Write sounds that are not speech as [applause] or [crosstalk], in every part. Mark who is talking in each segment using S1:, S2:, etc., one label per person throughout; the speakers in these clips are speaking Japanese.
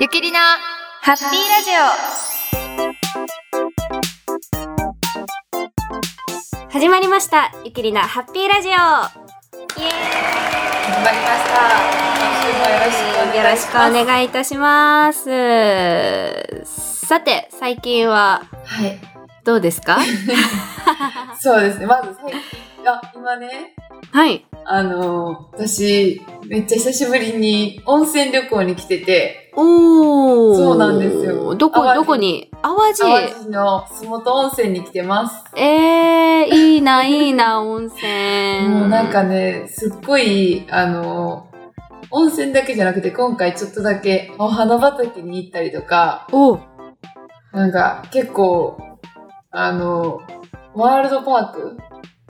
S1: ゆきりなハッピーラジ
S2: 始まりましたゆきりなハッピーラジオイエ
S1: オ始まりました今週も
S2: よ
S1: よろ
S2: ろ
S1: し
S2: し
S1: くお
S2: くお
S1: 願いします
S2: 願いいたしますさて最近は
S1: はい
S2: どう
S1: [laughs]
S2: ですか
S1: そうですねまず最近あ今ね
S2: はい
S1: あの私めっちゃ久しぶりに温泉旅行に来てて
S2: おー
S1: そうなんですよ
S2: どこ
S1: 淡路
S2: どこに淡路
S1: 淡路の洲本温泉に来てます
S2: えー、いいないいな温泉
S1: もうなんかね、すっごい、あの、温泉だけじゃなくて、今回ちょっとだけお花畑に行ったりとか、
S2: お
S1: なんか結構、あの、ワールドパーク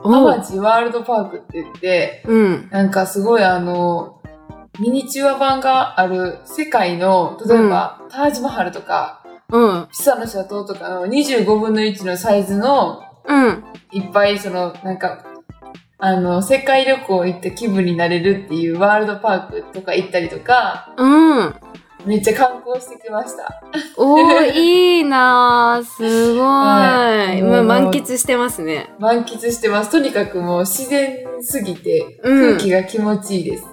S2: お
S1: 淡路ワールドパークって言って、
S2: うん
S1: なんかすごいあの、ミニチュア版がある世界の、例えば、タージマハルとか、
S2: うん
S1: ピサの斜塔とかの25分の1のサイズの、
S2: うん
S1: いっぱいそのなんかあの世界旅行行った気分になれるっていうワールドパークとか行ったりとか
S2: うん
S1: めっちゃ観光してきました
S2: おー、いいなーすごい。
S1: はい
S2: ま
S1: も
S2: あ、
S1: う
S2: 満喫してますね。
S1: 満喫してますとにかくもう自然すぎて
S2: うん
S1: 空気が気持ちいいです、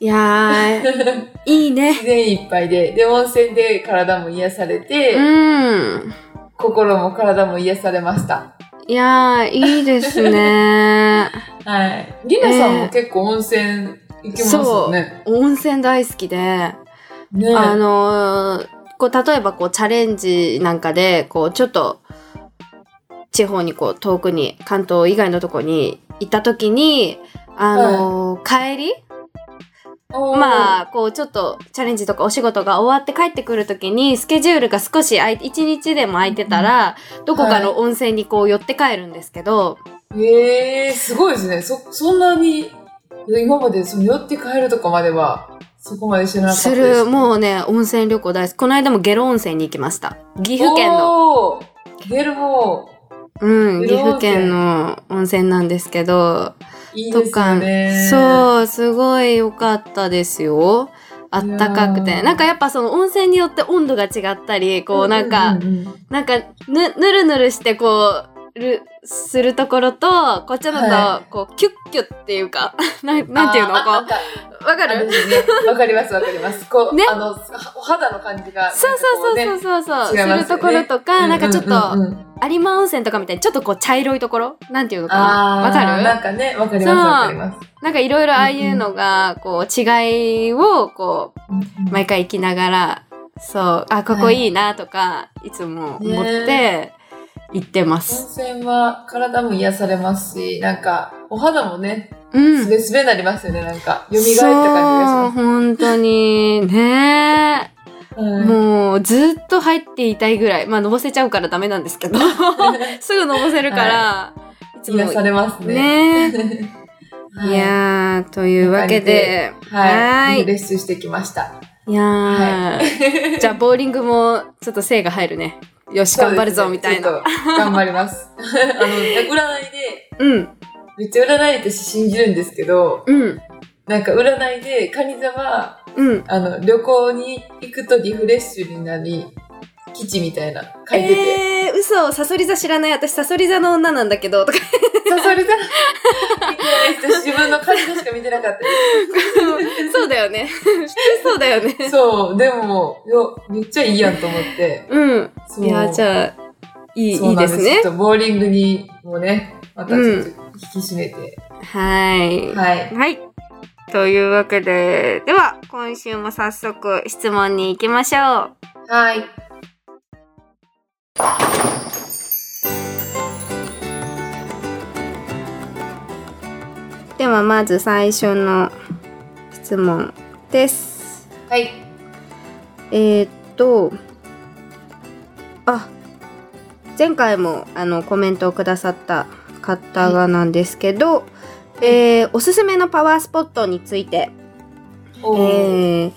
S2: いやー、 [laughs] いいね。
S1: 自然いっぱいでで温泉で体も癒されて、
S2: うん。
S1: 心も体も癒されました
S2: いやー、いいですね。
S1: はいりなさんも結構温泉行きますよね、
S2: 温泉大好きで、
S1: ね
S2: あのーこう、例えばこう、チャレンジなんかで、こう、ちょっと、地方にこう、遠くに、関東以外のとこに行った時に、あのー帰りま
S1: あ
S2: あこうちょっとチャレンジとかお仕事が終わって帰ってくる時にスケジュールが少し空い1日でも空いてたら、どこかの温泉にこう寄って帰るんですけど、
S1: ええすごいですね。そ、そんなに、今までその寄って帰るとかまでは、そこまで知らなかった
S2: す
S1: です。
S2: る
S1: う、
S2: もうね温泉旅行大好きこの間も下呂温泉に行きました岐阜県の、
S1: の。ゲルボ
S2: うん、
S1: 下
S2: 岐
S1: 呂温泉
S2: 阜県の温泉なんですけど
S1: ー。いい
S2: と
S1: です
S2: か
S1: よね。
S2: そうすごい良かったですよあったかく
S1: いや
S2: て
S1: ー
S2: なんかやっぱその温泉によって温度が違ったりこうなんか、
S1: うううん
S2: なんかぬぬるぬるしてこうるするところとこっちのと、
S1: は
S2: こうキュッキュッっていうか [laughs] なんなんていうの
S1: あー
S2: こう
S1: あなんか
S2: わか
S1: あれ
S2: る
S1: ですねわかります、わかります。こう、
S2: ね
S1: あの、お肌の感じが、
S2: そうそう
S1: なんかこ
S2: そうそうそうそう、
S1: 違いますよね
S2: するところとか、
S1: うね
S2: なんかちょっと、
S1: うんうんうんうん
S2: 有馬温泉とかみたいにちょっとこう茶色いところなんていうのかな
S1: あー
S2: わかる
S1: なんかね、わかります、
S2: そう
S1: わかります。
S2: なんかいろいろああいうのがこう違いをこう毎回行きながらそうあここいいなとか、い、つも思って行ってます。
S1: 温泉は体も癒されますし、なんか、お肌もね、
S2: うん
S1: すべすべになりますよね、なんか。蘇った感じがし
S2: そう、本当に。ね
S1: ます。う
S2: え。
S1: ん
S2: もう、ずっと入っていたいぐらい。まあ、のぼせちゃうからダメなんです
S1: [laughs]
S2: けど。すぐのぼせるから、い、つも。
S1: 癒されますね。
S2: ねえ。い
S1: は
S2: やー、というわけで。
S1: い、は、
S2: はい
S1: リ
S2: い
S1: フレッシュしてきました。
S2: いやー。じゃあ、ボーリングも、ちょっと精が入るね。よし、頑張るぞ、みたい
S1: そ
S2: な。
S1: うですね。ちょっと頑張り
S2: [laughs]
S1: ます。あの、占いで、
S2: うん、
S1: めっちゃ占いって信じるんですけど、
S2: うん、
S1: なんか占いで、カニ座は、
S2: うん。
S1: あの、旅行に行くとリフレッシュになり、基地みたいな、書いてて。
S2: えー、嘘、サソリ座知らない。私、サソリ座の女なんだけど、とか。
S1: 刺された。見てない人、自分の感じしか見てなかったで
S2: [laughs] そうだ
S1: [laughs]
S2: よね。普通そうだよね。
S1: す。そう、でも、よ、めっちゃいいやんと思って。
S2: うん。
S1: そう
S2: いや、じゃあ、いい、
S1: そ
S2: いうい
S1: なん
S2: ですね
S1: ち。ょっとボーリングにもね、またちょっと引き締めて。
S2: はい。
S1: はい。
S2: はい。というわけで、では、今週も早速質問に行きましょう。
S1: はい。
S2: では、まず最初の質問です。
S1: はい。
S2: えー、っと、あ、前回もあのコメントをくださった方がなんですけど、えーおすすめのパワースポットについて
S1: おー
S2: えー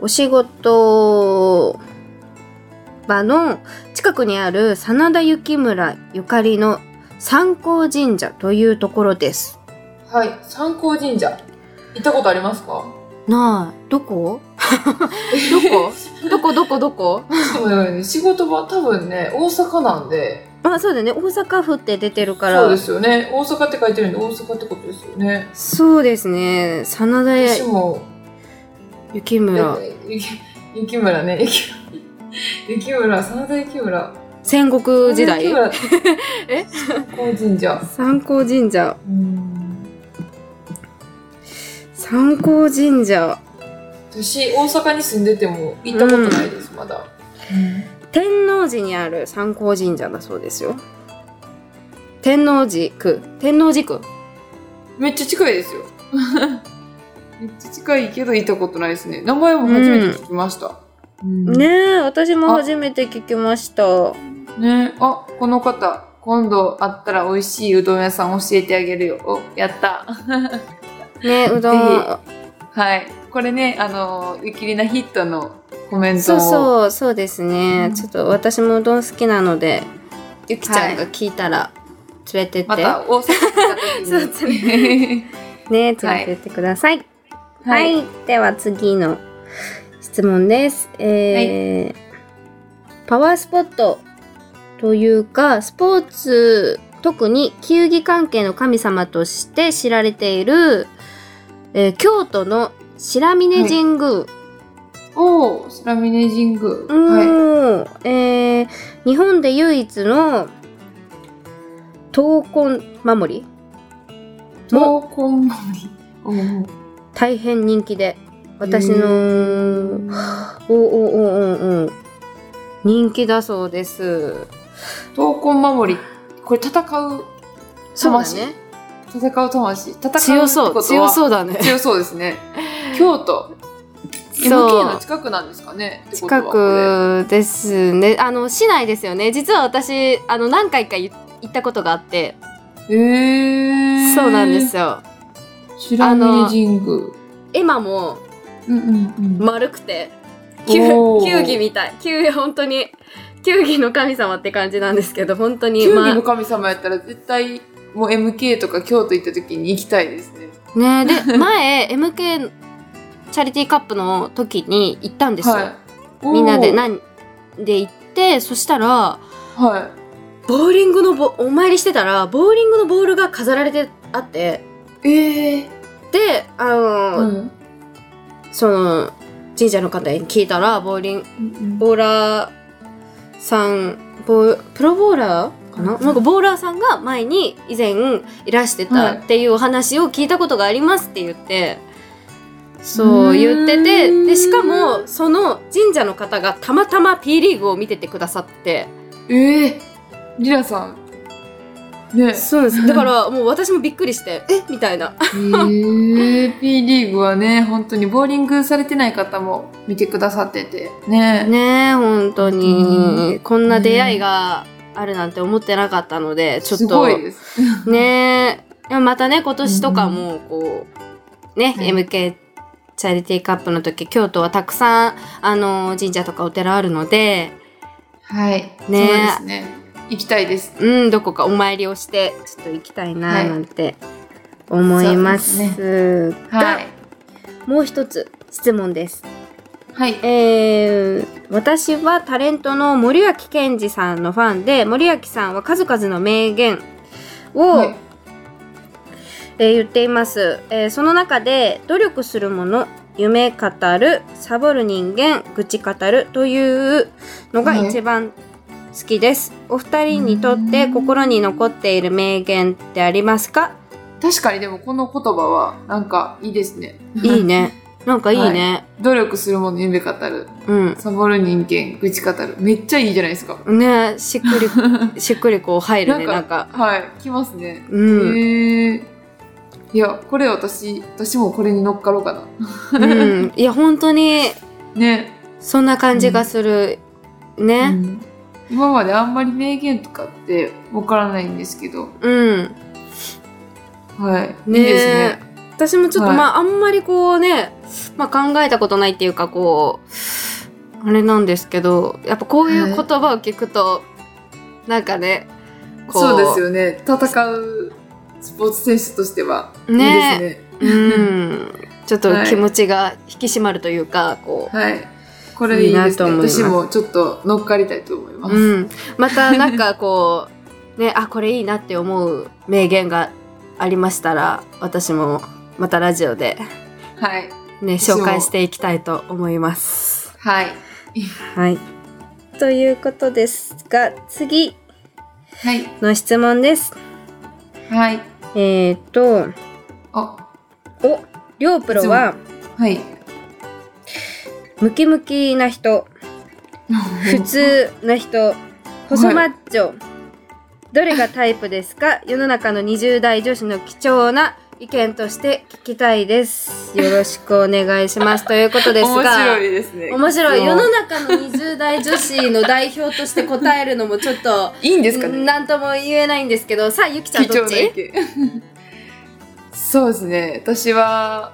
S2: お仕事場の近くにある真田幸村ゆかりの三光神社というところです。
S1: はい。三光神社。行ったことありますか
S2: [laughs] なあ、どこどこどこどこどこ
S1: しかもね仕事場多分ね大阪なんで
S2: あそうだね大阪府って出てるから
S1: そうですよね大阪って書いてるんで大阪ってことですよね
S2: そうですね真田
S1: 私も
S2: 幸村
S1: え雪雪村ね [laughs] 雪雪村真田雪村
S2: 戦国時代
S1: 真田雪村 [laughs]
S2: え
S1: 高神社
S2: 三高神社
S1: うん
S2: 三高神社
S1: 私大阪に住んでても行ったことないです、まだ、
S2: 天王寺にある三高神社だそうですよ天王寺区天王寺区
S1: めっちゃ近いですよ [laughs] めっちゃ近いけど行ったことないですね名前も初めて聞きました、うん
S2: ねえ私も初めて聞きました
S1: ねあこの方今度会ったら美味しいうどん屋さん教えてあげるよおやった [laughs]
S2: [laughs] ねうどん
S1: はいこれねあのゆきりなヒットのコメント
S2: そ
S1: を
S2: うそうそうですね、
S1: うん
S2: ちょっと私もうどん好きなのでゆきちゃん
S1: は
S2: が聞いたら連れてって、
S1: また大阪に行った時に
S2: ね連れてってくださいは
S1: はい
S2: い、では次の質問です。えーパワースポットというかスポーツ特に球技関係の神様として知られている、えー京都の白峰神宮、
S1: おお白峰神宮は
S2: うんえー日本で唯一の闘魂守り
S1: い闘魂森おー
S2: 大変人気で私のおおおおお人気だそうです。
S1: 闘魂守りこれ戦う
S2: そうだ
S1: 魂
S2: ね。
S1: 戦う魂戦うって
S2: 強そう。強
S1: う
S2: そうだね。
S1: 強そうですね
S2: [laughs]
S1: 京都 MK
S2: そ
S1: の
S2: う。
S1: 近くなんですかねってことは
S2: 近
S1: これ
S2: くですね。あの市内ですよね。実は私あの何回かい行ったことがあって、
S1: えー、
S2: そうなんですよ。
S1: 白峰神宮
S2: 今も
S1: うんうんうん
S2: 丸くて球
S1: おー
S2: 球技みたい。球本当に球技の神様って感じなんですけど本当に
S1: 球技
S2: ま
S1: の神様やったら絶対もう MK とか京都行った時に行きたいですね
S2: あねで前 MK チャリティーカップの時に行ったんですよ。
S1: はい
S2: みんなで
S1: な
S2: なんで行ってそしたら
S1: は
S2: ボーリングのボお参りしてたらボーリングのボールが飾られてあって
S1: いええ
S2: であの、
S1: うん
S2: その神社の方に聞いたらボーリングボーラーさんボープロボーラーかななんかボーラーさんが前に以前いらしてた
S1: はい
S2: っていうお話を聞いたことがありますって言って。そうう
S1: ー
S2: 言
S1: ん
S2: っててでしかもその神社の方がたまたま P リーグを見ててくださって
S1: ええリラさん
S2: [laughs]
S1: ね
S2: そうなんです。だからもう私もびっくりして、えみたいな。
S1: えー、P リーグはね本当にボーリングされてない方も見てくださっててね
S2: ねえ、本当に、
S1: う
S2: こんな出会いがあるなんて思ってなかったので、ちょっ
S1: す
S2: と。
S1: ごいです
S2: ねえ。でもまたね、今年とかも、こう、ね、
S1: うん
S2: MK チャリティーカップの時、京都はたくさん、あの、神社とかお寺あるので、
S1: はいそうですね行きたいです
S2: うん、どこかお参りをして、ちょっと行きたいな、
S1: はい
S2: なんて思います
S1: そう
S2: が、
S1: はい
S2: もう一つ質問です。
S1: はい
S2: えー私はタレントの森脇健児さんのファンで森脇さんは数々の名言を、
S1: はい
S2: えー言っています、えーその中で「努力する者夢語るサボる人間愚痴語る」というのが
S1: はい
S2: 一番好きです、お二人にとって心に残っている名言ってありますか
S1: 確かにでもこの言葉はなんかいいですね。
S2: いいねなんかいいね、
S1: [laughs] 努力するもの夢語る。サボる人間、愚痴語る。めっちゃいいじゃないですか。 [laughs]
S2: うんねしっくりしっくりこう入るね
S1: な
S2: なんん
S1: か
S2: か
S1: はい、きますね。
S2: うん、
S1: へえ。いや、これ私、私もこれに乗っかろうかな。
S2: うん、いや本当に
S1: ね。
S2: そんな感じがする、
S1: う
S2: ね
S1: ん今まであんまり名言とかってわからないんですけど、
S2: うん、
S1: はい。
S2: ね
S1: いいですね。
S2: 私もちょっと、
S1: はい
S2: まああんまりこうね、まあ、考えたことないっていうかこうあれなんですけどやっぱこういう言葉を聞くと、なんかねこ
S1: そうですよね。戦うスポーツ選手としては、
S2: ね
S1: いいですね。
S2: うんちょっと気持ちが引き締まるというか、こう、
S1: はい。これいい
S2: いい
S1: で
S2: なと
S1: す
S2: 思い
S1: ね。
S2: ます
S1: 私もちょっと乗っかりたいと思います。
S2: うん、またなんかこうねあこれいいなって思う名言がありましたら私もまたラジオで、
S1: はい。
S2: ね、
S1: 私も
S2: 紹介していきたいと思います。
S1: はい。
S2: はい、ということですが次
S1: はい。
S2: の質問です。
S1: はい。
S2: えっと
S1: あ、
S2: おりょうプロは [laughs]
S1: はい。
S2: ムキムキな人普。通な人細マッチョ、どれがタイプですか世の中の20代女子の貴重な意見として聞きたいですよろしくお願いしますということですが
S1: 面白いですね。
S2: 面白い
S1: 質
S2: 世
S1: 問
S2: の中の20代女子の代表として答えるのもちょっと
S1: いいんですかね。
S2: なんとも言えないんですけどさあゆきちゃん
S1: 貴
S2: ど
S1: 重
S2: っ
S1: な意
S2: ち
S1: 見そうですね。私は、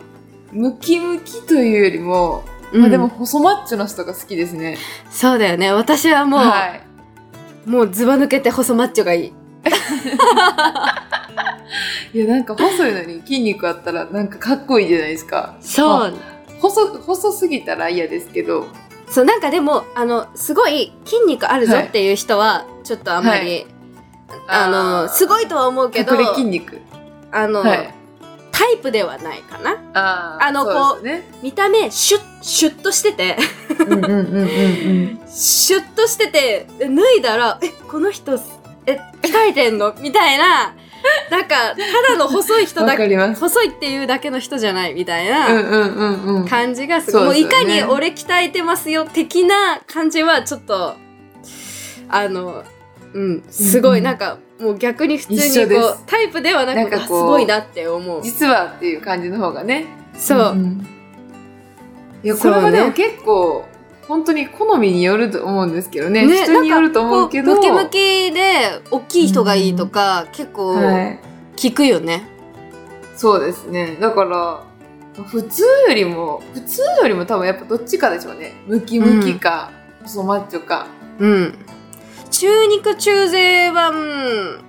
S1: ムキムキというよりも、
S2: う
S1: まあ
S2: ん
S1: でも細マッチョな人が好きですね。
S2: そうだよね私はもう、
S1: はい。
S2: もうズバ抜けて細マッチョがいい
S1: いや、なんか細いのに筋肉あったらなんかかっこいいじゃないですか。
S2: そう、
S1: 細、細すぎたら嫌ですけど、
S2: そうなんかでもあのすごい筋肉あるぞっていう人は、ちょっとあんまり、
S1: は
S2: あのすごいとは思うけど
S1: 隠れ筋肉。
S2: あの、
S1: はい。
S2: タイプではないかな
S1: あー
S2: あの
S1: そう
S2: [laughs]
S1: ですね。
S2: 見た目シュッシュッとしてて
S1: うんうんうんうんうん。
S2: シュッとしてて脱いだらえこの人え鍛えてんのみたいななんかただの細い人
S1: わ
S2: だ
S1: か
S2: け
S1: ります。
S2: 細いっていうだけの人じゃないみたい
S1: うん
S2: な
S1: うんうんうん。
S2: 感じがすごい、
S1: そうです
S2: もうい
S1: よ
S2: か
S1: ね
S2: に俺鍛えてますよ的な感じはちょっとあのうんすごい、
S1: うん
S2: なんかもう逆に普通
S1: 一緒
S2: に
S1: で
S2: こう
S1: す
S2: タイプではなく
S1: なんかこう
S2: あすごいなって思う。
S1: 実はっていう感じの方がね。
S2: そう、
S1: んいやこれはで
S2: そうね
S1: も結構、本当に好みによると思うんですけどね
S2: ね
S1: 人によると思うけど
S2: こうムキムキで大きい人がいいとか、結構
S1: はい、
S2: 聞くよね、
S1: そうですねだから普通よりも普通よりも多分やっぱどっちかでしょうねムキムキか、細マッチョか
S2: うん中肉中背
S1: [laughs]
S2: は、[laughs] うん、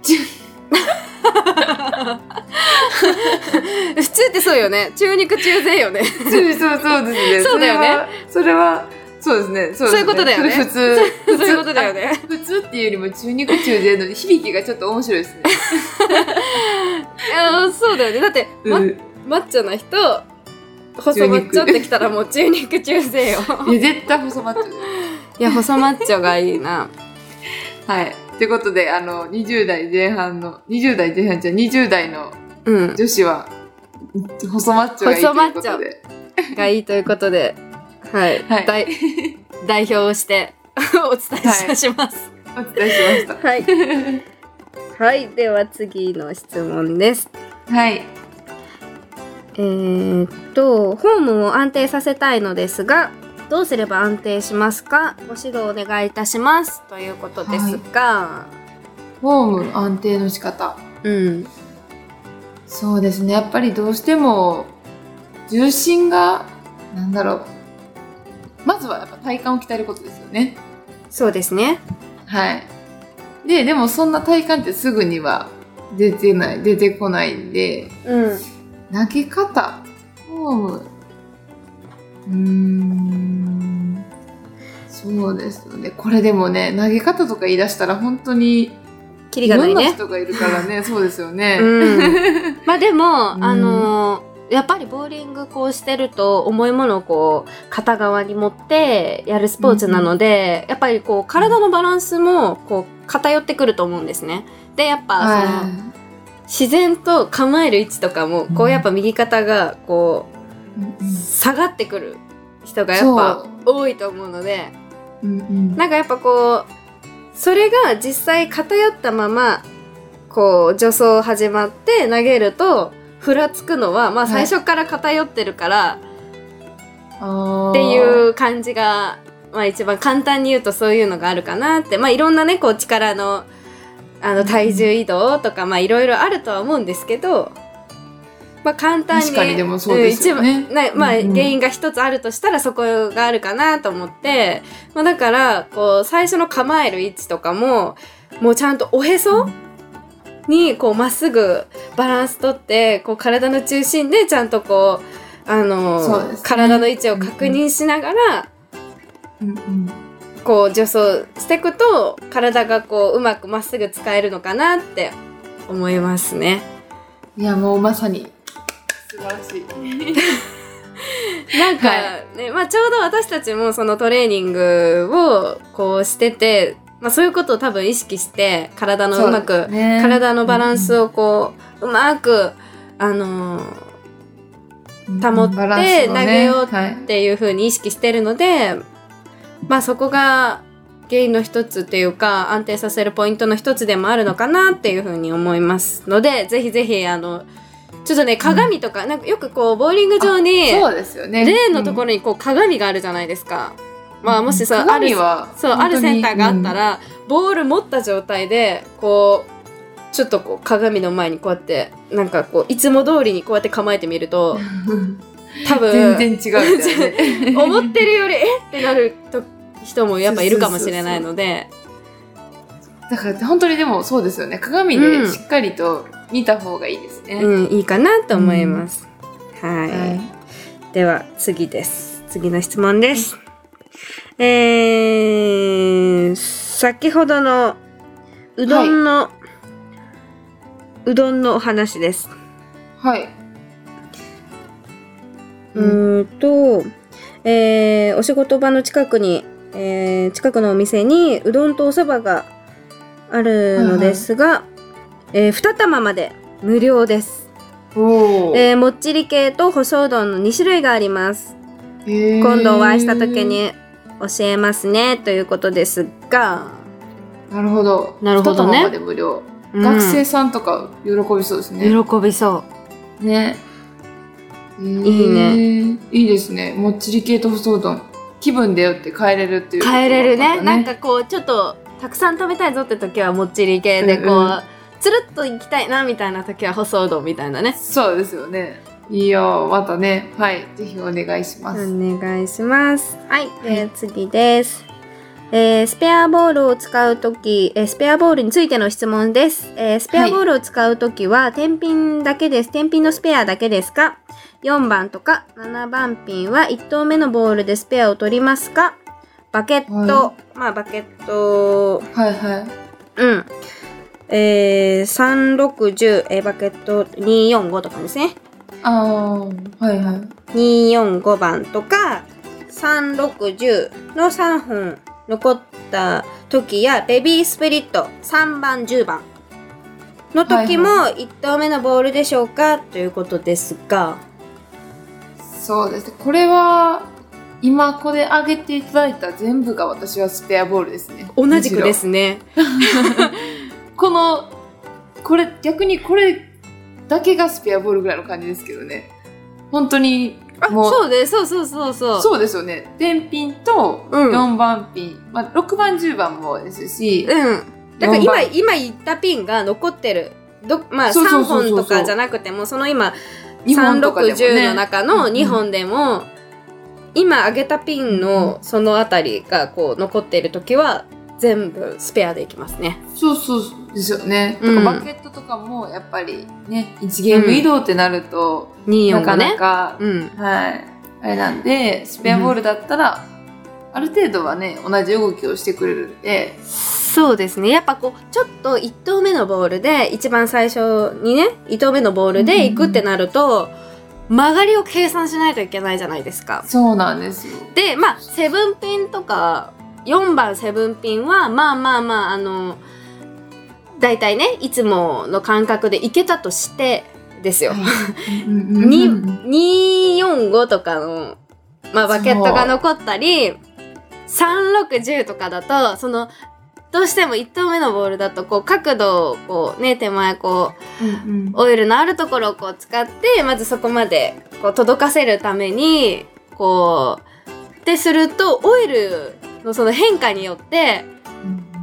S2: 普通ってそうよね中肉中背よね
S1: そうそうそうですね
S2: [laughs] そうだよね
S1: それはそれはそうですねそうですね
S2: そういうことだよね
S1: それ普通
S2: [laughs] そういうことだよね
S1: 普通っていうよりも中肉中背の響きがちょっと面白いですね
S2: あそうだよねだって、 [laughs] ま
S1: うん
S2: マッチョな人細マッチョってきたらもう中肉中背よ
S1: いや絶対細マッチョです
S2: [laughs] いや細マッチョがいいな
S1: はい。ということで、あの、20代前半の、20代前半じゃない20代の
S2: うん
S1: 女子は、細マッチョがいいということで。
S2: がいいということではい、
S1: はい
S2: 代代表をして [laughs] お伝えします
S1: お伝えしまし
S2: はい、はい、では次の質問です
S1: た。 [laughs] はい。
S2: えーっとホームを安定させたいのですがどうすれば安定しますかご指導お願いいたしますということですが、
S1: ホームの安定の仕方。
S2: うん
S1: そうですね。やっぱりどうしても、重心が、なんだろう。まずはやっぱ体幹を鍛えることですよね。
S2: そうですね
S1: はい。で、でもそんな体幹ってすぐには出てない、出てこないんで、
S2: うん
S1: 投げ方フォームうーんそうですよねこれでもね投げ方とか言い出したら本当に
S2: キ
S1: い
S2: リがな
S1: ろ
S2: い
S1: んな
S2: ね。
S1: 人がいるから
S2: [laughs]
S1: ねそうですよね、
S2: うん、まあでも、
S1: うん
S2: あのーやっぱりボーリングこうしてると重いものをこう片側に持ってやるスポーツなので、やっぱりこう体のバランスもこう偏ってくると思うんですね。でやっぱその、
S1: は
S2: 自然と構える位置とかもこう
S1: うん
S2: やっぱ右肩がこう
S1: い
S2: 下がってくる人がやっぱ多いと思うので
S1: うんうん
S2: なんかやっぱこうそれが実際偏ったままこう助走始まって投げるとふらつくのはまあ
S1: は
S2: 最
S1: い
S2: 初から偏ってるから
S1: あー
S2: っていう感じが、まあ一番簡単に言うとそういうのがあるかなってまあいろんなねこう力のあの体重移動とかまあいろいろあるとは思うんですけど、まあ簡単に
S1: 確かにでもそうですよ
S2: うん
S1: ね
S2: 一番なまあ
S1: うんうん
S2: 原因が一つあるとしたらそこがあるかなと思って、まあ、だからこう最初の構える位置とかももうちゃんとおへそ、にこうまっすぐバランスとってこう体の中心でちゃんとこうあ
S1: そう
S2: の、
S1: ですね
S2: 体の位置を確認しながら、
S1: うんうん
S2: こう助走していくと体がこううまくまっすぐ使えるのかなって思いますね。
S1: いやもうまさに素晴らしい。
S2: [laughs] なんか、
S1: は
S2: ねまあ、ちょうど私たちもそのトレーニングをこうしてて、まあ、そういうことを多分意識して体のうまく、体のバランスをこう、うまくあのー保って投げようっ
S1: って
S2: いう風に意識してるので、まあそこが原因の一つというか安定させるポイントの一つでもあるのかなっていう風に思いますのでぜひぜひあのちょっとね鏡とか,、なんかよくこうボーリング場に
S1: そうですよね。
S2: 例のとこ
S1: ろ
S2: ろにこう鏡があるじゃないですか。まあもしさある
S1: 鏡は
S2: そうあるセンターがあった、ら、ボール持った状態でこうちょっとこう鏡の前にこうやってなんかこういつも通りにこうやって構えてみると
S1: 本
S2: 多
S1: 当
S2: 分
S1: にうん全然違うみたいなね、
S2: [laughs] 思ってるよりえってなると人もやっぱいるかもしれないので
S1: だから本当にでもそうですよね鏡
S2: う
S1: で
S2: ん
S1: しっかりと見た方がいいですね。
S2: うんいいかなと思います、はい、
S1: はい
S2: では次です次の質問です、えー、先ほどのうどんの、うどんのお話です
S1: はい。
S2: うーんと、えーお仕事場の近くに、えー近くのお店にうどんとおそばがあるのですが、え2玉まで無料です、
S1: おお。
S2: えーもっちり系と細うどんの2種類があります
S1: へー
S2: 今度お会いした時。に教えますねということですが、
S1: なるほど。
S2: なるほどね
S1: 一玉まで無料。学生さんとか喜びそうですね。
S2: 喜びそ
S1: ね。
S2: いい
S1: ね。いいですね。もっちり系と細うどん。気分でよって帰れるっていううことがま
S2: 帰
S1: た。
S2: れるねなんかこうちょっとたくさん食べたいぞって時はもっちり系でこう、
S1: うんうん
S2: つるっと行きたいなみたいな時は細うどんみたいなね
S1: そうですよね。いいよ。またね。はい。ぜひお願いし
S2: お
S1: ます。
S2: 願いします。はい、えー次です。えースペアボールを使うとき、えースペアボールについての質問です。えースペアボールを使うときは、天品だけです。天品のスペアだけですか ?4 番とか7番ピンは1投目のボールでスペアを取りますかバケット、
S1: は
S2: まあバケット
S1: はいはい。
S2: うん。えー、3610、えーバケット245とかですね。
S1: あーはいはい。
S2: 245番とか3610の3本残った時やベビースピリット3番10番の時も
S1: は
S2: 1投目のボールでしょうかということですが
S1: そうですね。これは、今これ挙げていただいた全部が私はスペアボールですね。
S2: 同じくですね
S1: むしろ。この、これ、逆にこれだけがスペアボールぐらいの感じですけどね。本当に、
S2: あ
S1: もう
S2: そうですそうそうそうそう
S1: そうですよね。天品と
S2: うん
S1: 4番ピン、まあ、6番10番もですし、
S2: うんだから今
S1: 四
S2: 今言ったピンが残ってるどまあ
S1: そうそ
S2: 3
S1: うそうそう
S2: 本とかじゃなくてもその今
S1: 日本とかでもね
S2: 360の中の2本でも、今上げたピンのそのあたりがこう残っている時は全部スペアでいきますね。
S1: そうそうですよね。とか
S2: うん
S1: バケットとかもやっぱりね、1ゲーム移動ってなると、な
S2: 24
S1: か
S2: が
S1: な
S2: ね。
S1: か、
S2: うん、
S1: はい、あれなんで、スペアボールだったら、ある程度はね、同じ動きをしてくれるんで、
S2: そうですねやっぱこうちょっと1投目のボールで一番最初にね1投目のボールでいくってなると、曲がりを計算しないといけないじゃないですか。
S1: そうなんですよ。
S2: でまあセブンピンとか4番セブンピンはまあまあまああの大体ねいつもの感覚でいけたとしてですよ。に245とかの、まあ、バケットが残ったり3610とかだとそのどうしても1投目のボールだとこう角度をこうね手前こうオイルのあるところをこう使ってまずそこまでこう届かせるためにこうってするとオイルのその変化によって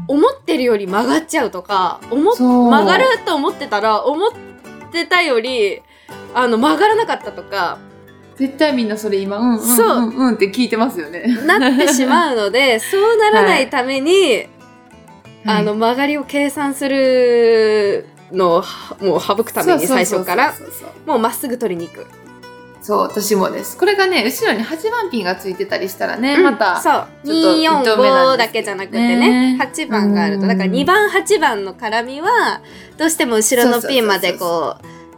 S2: 思ってるより曲がっちゃうとか思っ
S1: そう
S2: 曲がると思ってたら思ってたよりあの曲がらなかったとか
S1: 絶対みんなそれ今、うん、うん、
S2: そう
S1: うん、うんって聞いてますよね。
S2: なってしまうので
S1: [laughs]
S2: そうならないために、あの
S1: はい、
S2: 曲がりを計算するのをはもう省くために最初から
S1: そうそうそうそう
S2: もうまっすぐ取りに行く。
S1: そう、私もです。これがね、後ろに8番ピンがついてたりしたらね、
S2: うん
S1: また、
S2: そう
S1: ちょっと認めなんですけど
S2: 245だけじゃなくてね
S1: ね
S2: 8番がある
S1: う
S2: と
S1: ん
S2: だから2番8番の絡みはどうしても後ろのピンまでこ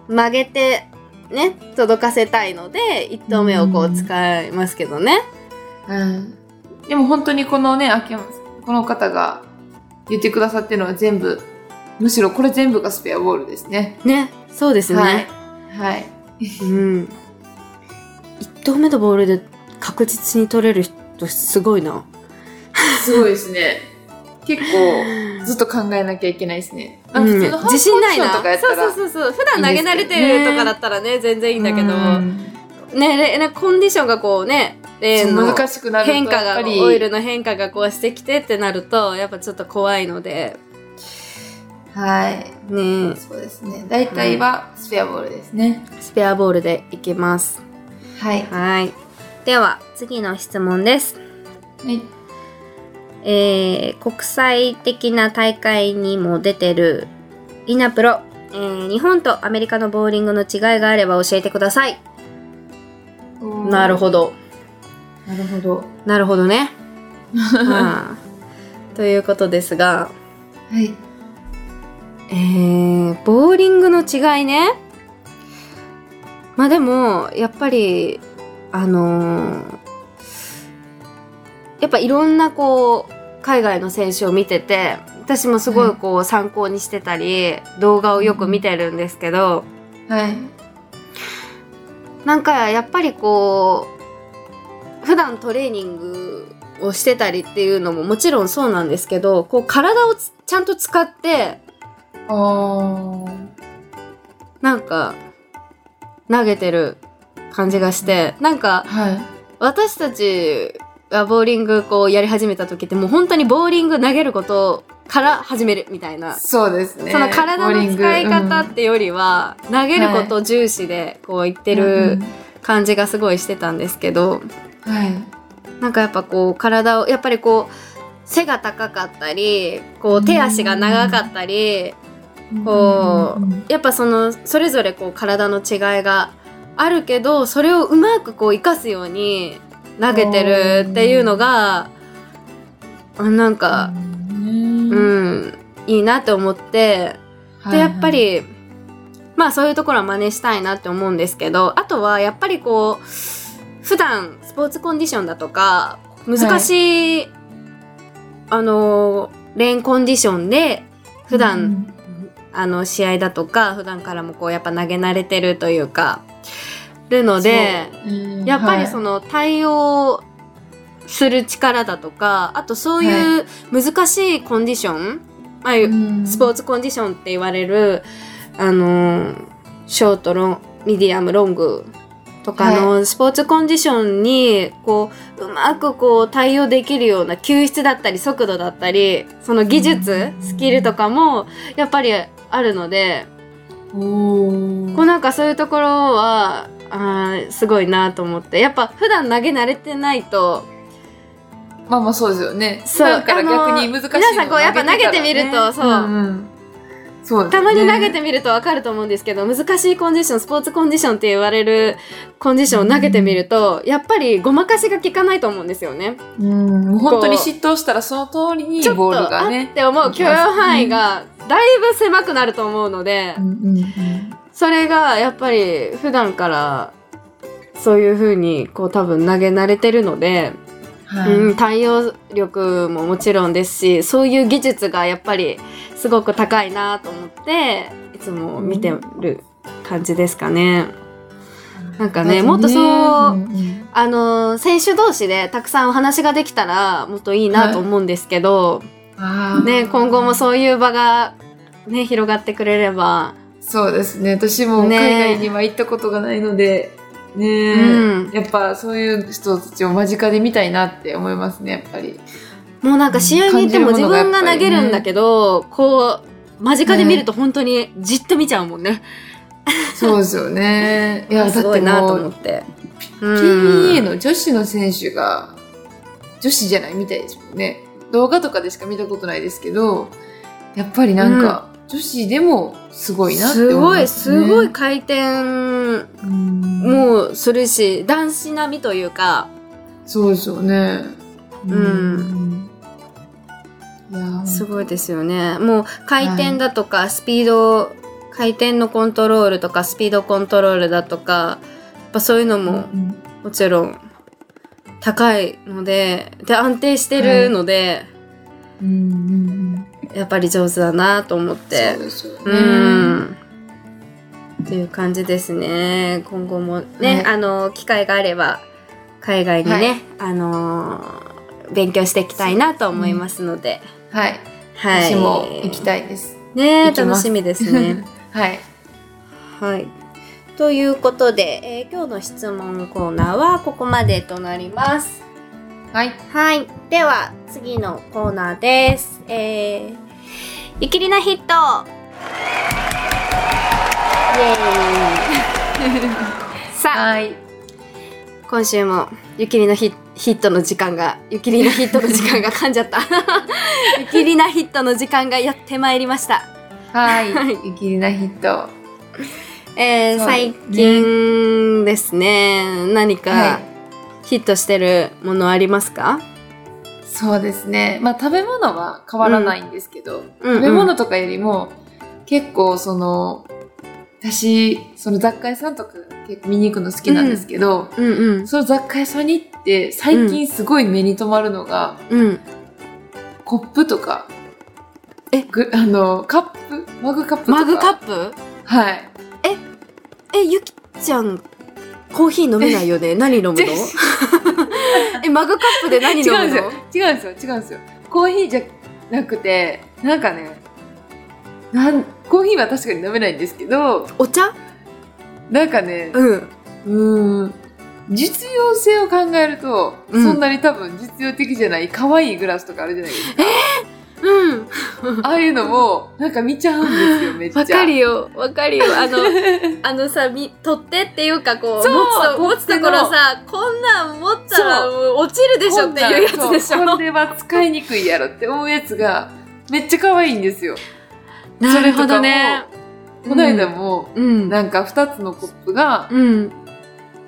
S2: う曲げてね届かせたいので1投目をこう使いますけどね。
S1: うん。でも本当にこのね、秋山この方が言ってくださってるのは全部、むしろこれ全部がスペアボールですね。
S2: ねそうですね。
S1: はい。はい。
S2: うん、1投目のボールで確実に取れる人すごいな。
S1: すごいですね。結構、ずっと考えなきゃいけないですね。なんか普通の
S2: うん
S1: ハーフ
S2: 自信ないな。
S1: ポジションとかやったら、
S2: そうそうそうそう。普段投げ慣れてるとかだったらね、全然いいんだけど、ね、れねコンディションがこうね、レーン
S1: そう
S2: の
S1: 難しくなると
S2: 変化
S1: やっ
S2: が、
S1: ぱり
S2: オイルの変化がこうしてきてってなると、やっぱちょっと怖いので、
S1: はい。
S2: ね、
S1: そうですね。大体はスペアボールですね。
S2: スペアボールでいけます。
S1: はい。
S2: はい。では、次の質問です。
S1: はい。
S2: えー国際的な大会にも出てるイナプロ、えー日本とアメリカのボーリングの違いがあれば教えてください。なる
S1: ど。
S2: ほど。
S1: なるほど。
S2: なるほどね。 [laughs] まあということですが、
S1: はい。
S2: えーボーリングの違いね。まあでも、やっぱり、あのーやっぱいろんなこう、海外の選手を見てて、私もすごいこう参考にしてたり、動画をよく見てるんですけど、
S1: はい。
S2: なんかやっぱりこう普段トレーニングをしてたりっていうのももちろんそうなんですけどこう体をつちゃんと使って
S1: あー。
S2: なんか投げてる感じがしてなんか
S1: はい。
S2: 私たちがボーリングこうやり始めた時ってもう本当にボーリング投げることから始めるみたいな
S1: そうですね。
S2: その体
S1: ボーリ
S2: の
S1: ング
S2: 使い方
S1: うん
S2: ってよりは投げることを重視でこう言ってる感じがすごいしてたんですけ
S1: う
S2: ど。
S1: んはい。
S2: なんかやっぱこう体をやっぱりこう背が高かったりこう手足が長かったりこ
S1: うん
S2: やっぱそのそれぞれこう体の違いがあるけどそれをうまくこう生かすように投げてるっていうのがあなんかう
S1: うん
S2: んいいなって思ってでやっぱ、り、まあそういうところは真似したいなって思うんですけどあとはやっぱりこう普段スポーツコンディションだとか難しい、あのレーンコンディションで普段、あの試合だとか普段からもこうやっぱ投げ慣れてるというかるのでやっぱりそ
S1: の
S2: の対応する力だとかあとそういう難しいコンディション、まあ、スポー
S1: ツ
S2: ツコンディションって言われる、あのーショートロンミディアムロングとかの、スポーツコンディションにこううまくこう対応できるような球質だったり速度だったりその技術
S1: うん
S2: スキルとかもやっぱりあるのでこう
S1: こ
S2: なんかそういうところはあーすごいなと思ってやっぱ普段投げ慣れてないと
S1: まあまあそうですよね。
S2: そう
S1: 普段から逆に難しいのを
S2: あの皆さんこうやっぱ投げてみる
S1: 投げ
S2: と
S1: てたらねんんそうです
S2: た
S1: ね
S2: まに投げてみるとわかると思うんですけど、難しいコンディション、スポーツコンディションって言われるコンディションを投げてみると、やっぱりごまかしが効かないと思うんですよね。
S1: うんもう本当に嫉妬したらその通りに
S2: ちょっ
S1: ボール
S2: と、
S1: が
S2: あっ
S1: ね。
S2: て思う許容範囲がだいぶ狭くなると思うので、
S1: うんうんうん
S2: それがやっぱり普段からそういう風にこう多分投げ慣れてるので、
S1: はい
S2: うん、対応力ももちろんですしそういう技術がやっぱりすごく高いなと思っていつも見てる感じですかね。なんかねもっとそう
S1: うんうん
S2: あのー選手同士でたくさんお話ができたらもっといいなと思うんですけど、
S1: あー
S2: ね、今後もそういう場が、ね、広がってくれれば、
S1: そうですね。私も
S2: ね
S1: 海外には行ったことがないので、ね
S2: うん
S1: やっぱそういう人たちを間近で見たいなって思いますね、やっぱり。
S2: もうなんか試合に行っても
S1: 感じ
S2: 自
S1: るものがやっ
S2: 分
S1: ぱ
S2: が
S1: り
S2: 投げるんだけど、こう間近で見ると本当にじっと見ちゃうもんね。
S1: そうですよ
S2: [laughs]
S1: ね。い
S2: い
S1: や、だ
S2: す
S1: っ
S2: ご
S1: て
S2: いな
S1: も
S2: と思っ
S1: う、
S2: て。
S1: PBA
S2: の
S1: の女子の選手が、女子じゃないみたいですもんね。動画とかでしか見たことないですけど、やっぱりなんか、女子でもすごいなって
S2: す
S1: 思
S2: ご
S1: い
S2: い、
S1: ます、ね、
S2: すごい回転
S1: もう
S2: もするし、男子並みというか、
S1: そうですよね
S2: うん
S1: いやー
S2: すごいですよね。もう回転だとか、スピード、回転のコントロールとか、スピードコントロールだとか、やっぱそういうのも
S1: うん
S2: もちろん高いので、で、安定してるので、
S1: うんうん
S2: やっぱり上手だなと思っ
S1: うん
S2: て
S1: そう。ですよね
S2: うん。っていう感じですね。今後も
S1: は
S2: ね、
S1: い
S2: あの、機会があれば、海外にね、
S1: はい
S2: あのー勉強していきたいなと思いますので。
S1: はい
S2: は
S1: 私
S2: い。
S1: も行きたいです
S2: ね
S1: 行きま
S2: 楽
S1: す
S2: しみです [laughs] ね。
S1: はい
S2: はい。ということで、えー今日の質問コーナーはここまでとなります。
S1: はい
S2: はい。では、次のコーナーです。えー、ゆきりなヒットイエーイさあ、
S1: はい
S2: 今週もゆきりのヒヒットの時間が、ゆきりなヒットの時間が噛んじ [laughs] ゃった。ゆきりなヒットの時間がやってまいりました。
S1: はいゆきりなヒット
S2: えー、
S1: そう
S2: 最近ですね、何
S1: は
S2: か
S1: い
S2: ヒットしてるものありますか、
S1: そうですねまあ食べ物は変わらないんですけど、
S2: うん
S1: 食べ物とかよりも結構その私その雑貨屋さんとか結構見に行くの好きなんですけど、
S2: うんうん。
S1: その雑貨屋さんに行って最近すごい目に留まるのが、
S2: うん。
S1: コップとか
S2: え
S1: ぐあのカップマグカップとか
S2: マグカ
S1: プ
S2: ップ
S1: はい
S2: え、ゆきちゃん、コーヒー飲めないよ [laughs] ね。何飲むの
S1: 違う
S2: え、マグカップで何
S1: 違
S2: 飲
S1: うん
S2: む
S1: ですよ
S2: の
S1: 違うんですよ違うんですよコーヒーじゃなくてなんかねなんコーヒーは確かに飲めないんですけど
S2: お茶
S1: なんかね、
S2: うん。
S1: うーん実用性を考えると、
S2: うん
S1: そんなに多分実用的じゃない可愛いグラスとかあるじゃないですか。
S2: うん。
S1: ああいうのもなんか見ちゃうんですよ、めっちゃ。
S2: わかるよ。わかるよ。あの、
S1: [laughs]
S2: あのさ、み取っ手っていうか、こう、
S1: そう
S2: 持つと
S1: 取
S2: 持
S1: っ
S2: つ
S1: 手
S2: と
S1: の
S2: ころさ、こんなん持ったら
S1: そ
S2: もう落ちるでしょっていうやつでし
S1: こん
S2: [laughs]
S1: なんそう
S2: ょ
S1: こ。れは使いにくいやろって思うやつがめっちゃ可愛いんですよ。
S2: なるほどね。
S1: この間も、
S2: うん。
S1: なんか2つのコップが、
S2: うん。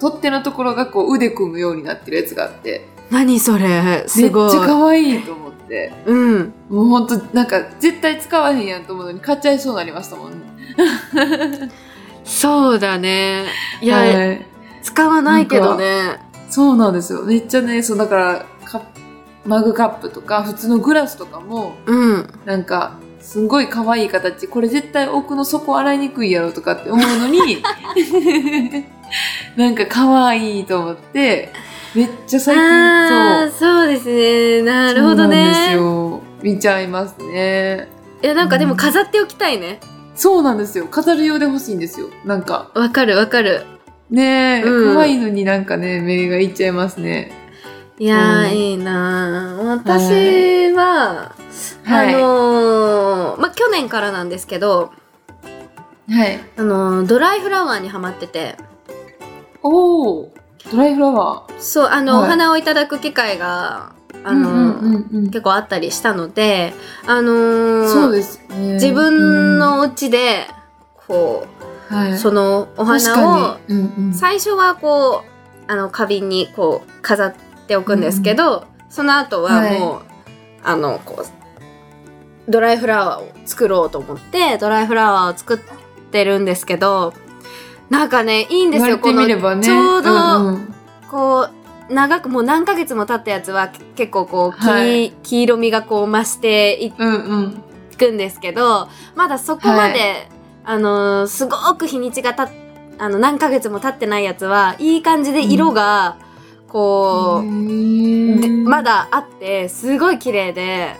S1: 取っ手のところがこう腕組むようになってるやつがあって、
S2: 何それ
S1: め
S2: す
S1: っち
S2: ごい。
S1: ゃ可愛いと思って。
S2: うん。
S1: もうほんと、なんか絶対使わへんやんと思うのに買っちゃいそうになりましたもんね。
S2: そうだね。いや、
S1: はい
S2: 使わないけどね。
S1: そうなんですよ。めっちゃね、そうだからカップマグカップとか普通のグラスとかも
S2: うん。
S1: なんかすんごい可愛い形これ絶対奥の底洗いにくいやろとかって思うの
S2: [laughs]
S1: になんか可愛いと思ってめっちゃ最
S2: あ
S1: 近
S2: ー
S1: そう
S2: そうですねなるほ
S1: そ
S2: どね
S1: うなんですよ見ちゃいますね
S2: いやなんかでも飾っておきたいね
S1: そうなんですよ飾る用で欲しいんですよなんか
S2: わかるわかる
S1: ねえ、
S2: うん
S1: 可愛いのになんかね目がいっちゃいますね
S2: いやー、
S1: うん
S2: いいなー私は、
S1: はい
S2: あのーまあ去年からなんですけど
S1: はい
S2: あのードライフラワーにはまってて
S1: おおドライフラワー
S2: そうあの、
S1: はい
S2: お花をいただく機会があの
S1: う
S2: ー、
S1: んうんうんうん
S2: 結構あったりしたのであのー
S1: そうですね。
S2: 自分のお家でこ
S1: うん、は
S2: う、
S1: い、
S2: そのお花
S1: 確
S2: を
S1: かに、うんうん、
S2: 最初はこうあの花瓶にこう飾っておくんですけど、その後はもう、あのこうドライフラワーを作ろうと思ってドライフラワーを作ってるんですけどなんかねいいんですよ
S1: 言われてみれ
S2: こ
S1: ば
S2: の
S1: ね、
S2: ちょうど、
S1: んん
S2: こう長くもう何ヶ月も経ったやつは結構こう、黄
S1: はい
S2: 黄色みがこう増していっ
S1: うんうん、
S2: 行くんですけどまだそこまで、あのーすごく日にちがたっあの何ヶ月も経ってないやつはいい感じで色が、こう、でま
S1: だ
S2: だあってすごい綺麗で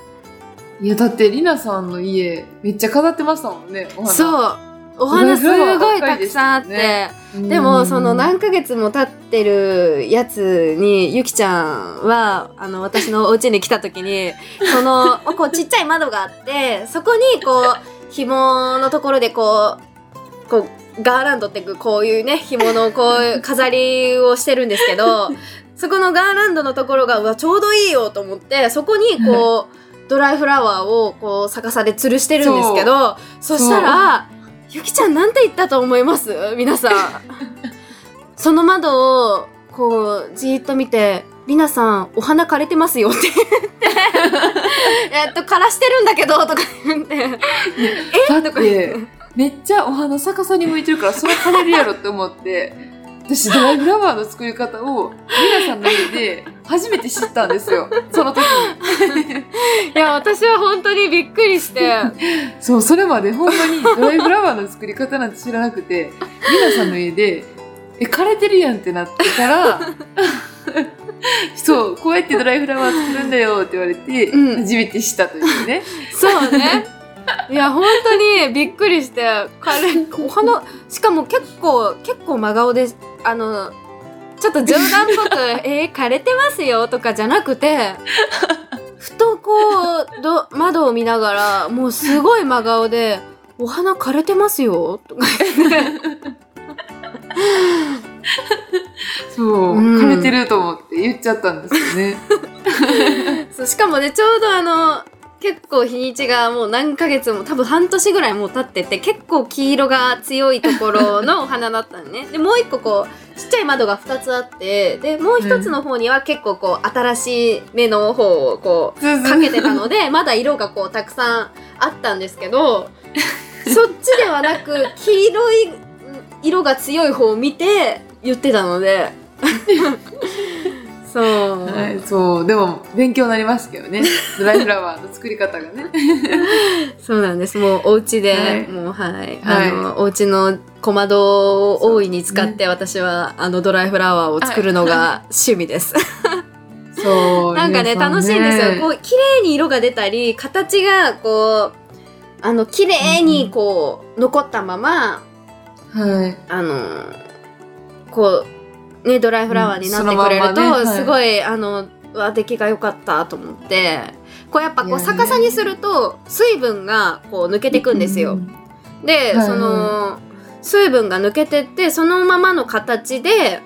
S1: いやだってりなさんの家めっちゃ飾ってましたもんねお花う、
S2: そうお花す
S1: ドライフラワー
S2: ごい
S1: ば
S2: た
S1: っかり
S2: く
S1: でし
S2: さんあ
S1: たも
S2: って
S1: ん
S2: で,、
S1: ね
S2: もその何
S1: か
S2: ヶ月も経ってるやつにゆきちゃんはあの私のお家に来た時にそのこうちっちゃい窓があってそこにこう紐のところでこうこうガーランドっていうこういうね紐のこういう飾りをしてるんですけどそこのガーランドのところがうわちょうどいいよと思ってそこにこうドライフラワーをこう逆さで吊るしてるんですけどそしたら「ゆきちゃんなんて言ったと思います皆 [laughs] さんその窓をこうじーっと見て「りなさんお花枯れてますよ」 [laughs] って言って「えっと枯らしてるんだけど」とか言って「え
S1: だ
S2: と
S1: っ
S2: か言って
S1: てめっちゃお花逆さに向いてるからそれ枯れるやろって思って私ドライフラワーの作り方をミラさんの家で初めて知ったんですよその時に
S2: いや私は本当にびっくりして。
S1: そうそれまでほんまにドライフラワーの作り方なんて知らなくてミラさんの家で「え枯れてるやん」ってなってたらそうこうやってドライフラワー作るんだよって言われて、
S2: うん
S1: 初めて知ったというね
S2: そうね。いや本当にびっくりして彼お花しかも結構結構真顔であのちょっと冗談っぽく「えー、枯れてますよ」とかじゃなくてふとこうど窓を見ながらもうすごい真顔で「お花枯れてますよ」とか
S1: そう、
S2: うん
S1: 枯れてると思って言っちゃったんですよね
S2: そうしかもねちょうどあの結構日にちがもう何ヶ月も多分半年ぐらいもう経ってて結構黄色が強いところの
S1: [laughs]
S2: お花だったのねでもう一個こうちっちゃい窓が2つあってでもう一つの方には結構こう新しい目の方をこ
S1: そう
S2: う
S1: そ
S2: か
S1: う
S2: けてた
S1: [laughs]
S2: のでまだ色がこうたくさんあったんですけどそっちではなく黄色いん色が強い方を見て言ってた
S1: [laughs]
S2: のでそう、
S1: はい、そう、でも勉強になりますけどね。ドライフラワーの作り方がね。
S2: そうなんです。もうお家で、
S1: はい
S2: もうはい、
S1: はい
S2: あのお家の小窓を大いに使
S1: そ
S2: っ
S1: う
S2: て、私はあのドライフラワーを作るのが趣
S1: [laughs]
S2: 味です。
S1: そう。
S2: [laughs] なんかね
S1: 皆
S2: 楽し
S1: さ
S2: いんですよ。こ
S1: ね。
S2: う綺麗に色が出たり、形がこうあの綺麗にこう、残ったまま
S1: はい。
S2: あのこうねドライフラワーになってくれ
S1: う
S2: る
S1: ん
S2: と、
S1: そのまんまねはい
S2: すごいあのうわ出来が良かったと思って。こうやっぱこう
S1: いやね
S2: 逆さにすると水分がこう抜けていくんですよ。
S1: う。
S2: で、
S1: はいはい
S2: その水分が抜けてってそのままの形で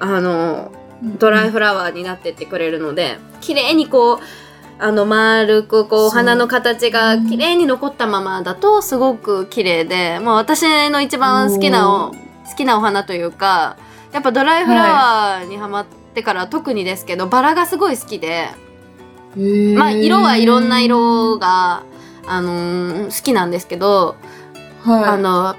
S2: あのドライフラワーになってってくれるので綺麗にこうあの丸くこう
S1: そう
S2: お花の形が
S1: うん
S2: 綺麗に残ったままだとすごく綺麗で、まあ、私の一番好きなお
S1: お
S2: 好きなお花というかやっぱドライフラワーにはまってから特にですけど、バラがすごい好きで。
S1: へー
S2: まあ、色はいろんな。色が、あのー好きなんですけど、
S1: はい。
S2: あの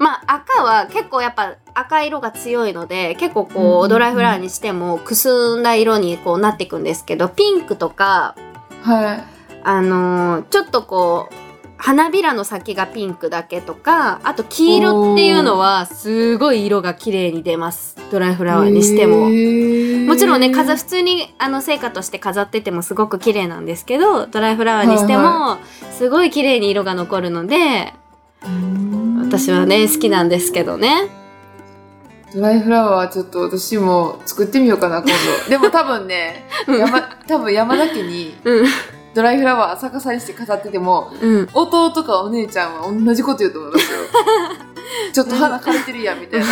S2: まあ赤は結構やっぱ赤色が強いので結構
S1: うん
S2: こ
S1: うんう
S2: うんドライフラワーにしてもくすんだ色にこうなっていくんですけどピンクとか、
S1: はい。
S2: あのーちょっとこう花びらの先がピンクだけとかあと黄色っていうのはすごい色が綺麗に出ますドライフラワーにしても。も
S1: も
S2: ちろんね飾普通にあの成果として飾っててもすごく綺麗なんですけどドライフラワーにしてもすごい綺麗に色が残るので私はね好きなんですけどね
S1: ドライフラワーちょっと私も作ってみようかな今度
S2: [laughs]
S1: でも多分ね
S2: うん
S1: 山多分山田家に
S2: うん
S1: ドライフラワー逆さにして飾ってても
S2: うん
S1: 弟とかお姉ちゃんは同じこと言うと思います
S2: [laughs]
S1: よちょっと花枯れてるやんみたいな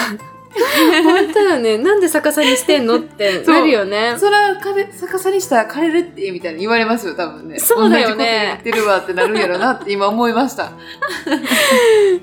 S2: 本当だねなんで逆さにしてんのって
S1: そう
S2: なるよね
S1: それは枯れ逆さにしたら枯れるってみたいに言われますよ多分ね
S2: そうだよね
S1: 同じこと言ってるわってなるんやろなって今思いました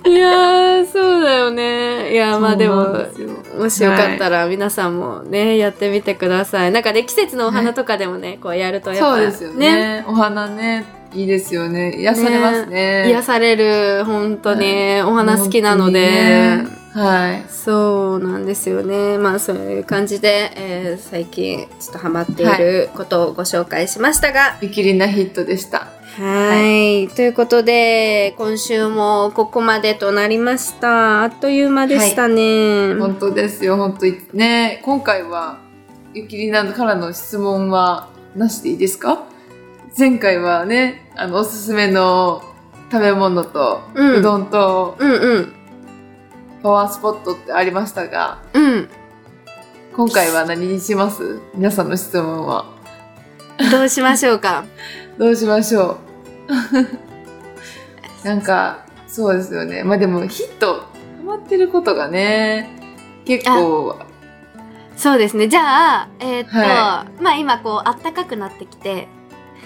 S2: いやーそうだよねいや [laughs] ーまあで
S1: そうなん
S2: も
S1: すよ
S2: もしよかったら皆さんもねやってみてくださいなんかね季節のお花とかでもねこうやるとやっぱ
S1: そうですよねお花ねいいですよね癒されますね
S2: 癒される本当に、お
S1: お
S2: 花好きなので、
S1: はい
S2: そうなんですよね。まあそういう感じで、えー最近ちょっとハマっていることをご紹介しましたが。
S1: ゆきりなヒットでした
S2: はい。ということで、今週もここまでとなりました。あっという間でしたね。
S1: 本当ですよ本当にね今回はゆきりなからの質問はなしでいいですか前回はねあのおすすめの食べ物と、う
S2: うん
S1: どんと
S2: うんうん。
S1: パワースポットってありましたが
S2: うん。
S1: 今回は何にします皆さんの質問は
S2: どうしましょうか。 [laughs]
S1: どうしまし [laughs] ょうなんかそうですよねまあでもヒットハマってることがね結構
S2: そうですね。じゃあ、えーっと、
S1: は
S2: まあ今こう、暖かくなってきて、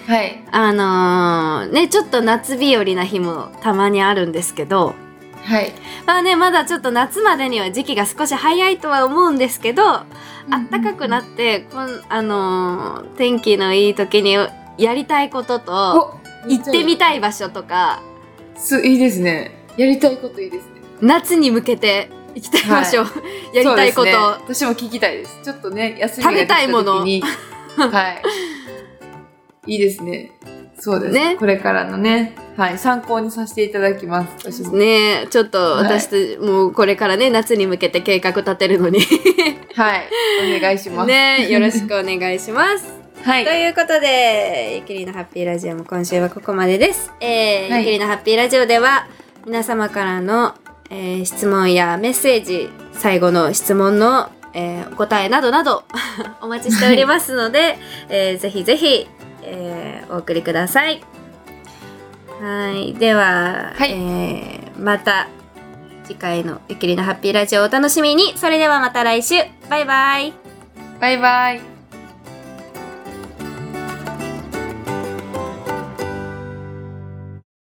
S1: はい。
S2: あのーねちょっと夏日和な日もたまにあるんですけど
S1: はい。
S2: まあねまだちょっと夏までには時期が少し早いとは思うんですけどあったかくな
S1: っ
S2: ってこん、あのー天気のいい時にやりたいことと
S1: お
S2: 行ってみ
S1: い。
S2: たい場所とか
S1: す、いいですね。やりたいこといいですね。
S2: 夏に向けて行きたい場所、 [laughs] やりたい
S1: そ
S2: こと、
S1: うですね、私も聞きたいです。ちょっとね、休みができた時に。はい。いいですね。そうです
S2: ね
S1: ね。これからのね、はい、参考にさせていただきます。私も。
S2: ねちょっと
S1: はい
S2: 私たちもうこれからね夏に向けて計画立てるのに
S1: はい。お願いし [laughs] ます。
S2: ねよろしくお願いします。
S1: はい。
S2: ということで、ゆきりのハッピーラジオも今週はここまでです。えー
S1: はい
S2: ゆきりのハッピーラジオでは、皆様からの、えー質問やメッセージ、最後の質問の、えーお答えなどなど [laughs] お待ちしておりますので、 [laughs] えーぜひぜひ、えーお送りください。はい。では、
S1: はい
S2: えーまた次回のゆきりのハッピーラジオをお楽しみに。それではまた来週。バイバイ。
S1: バイバイ。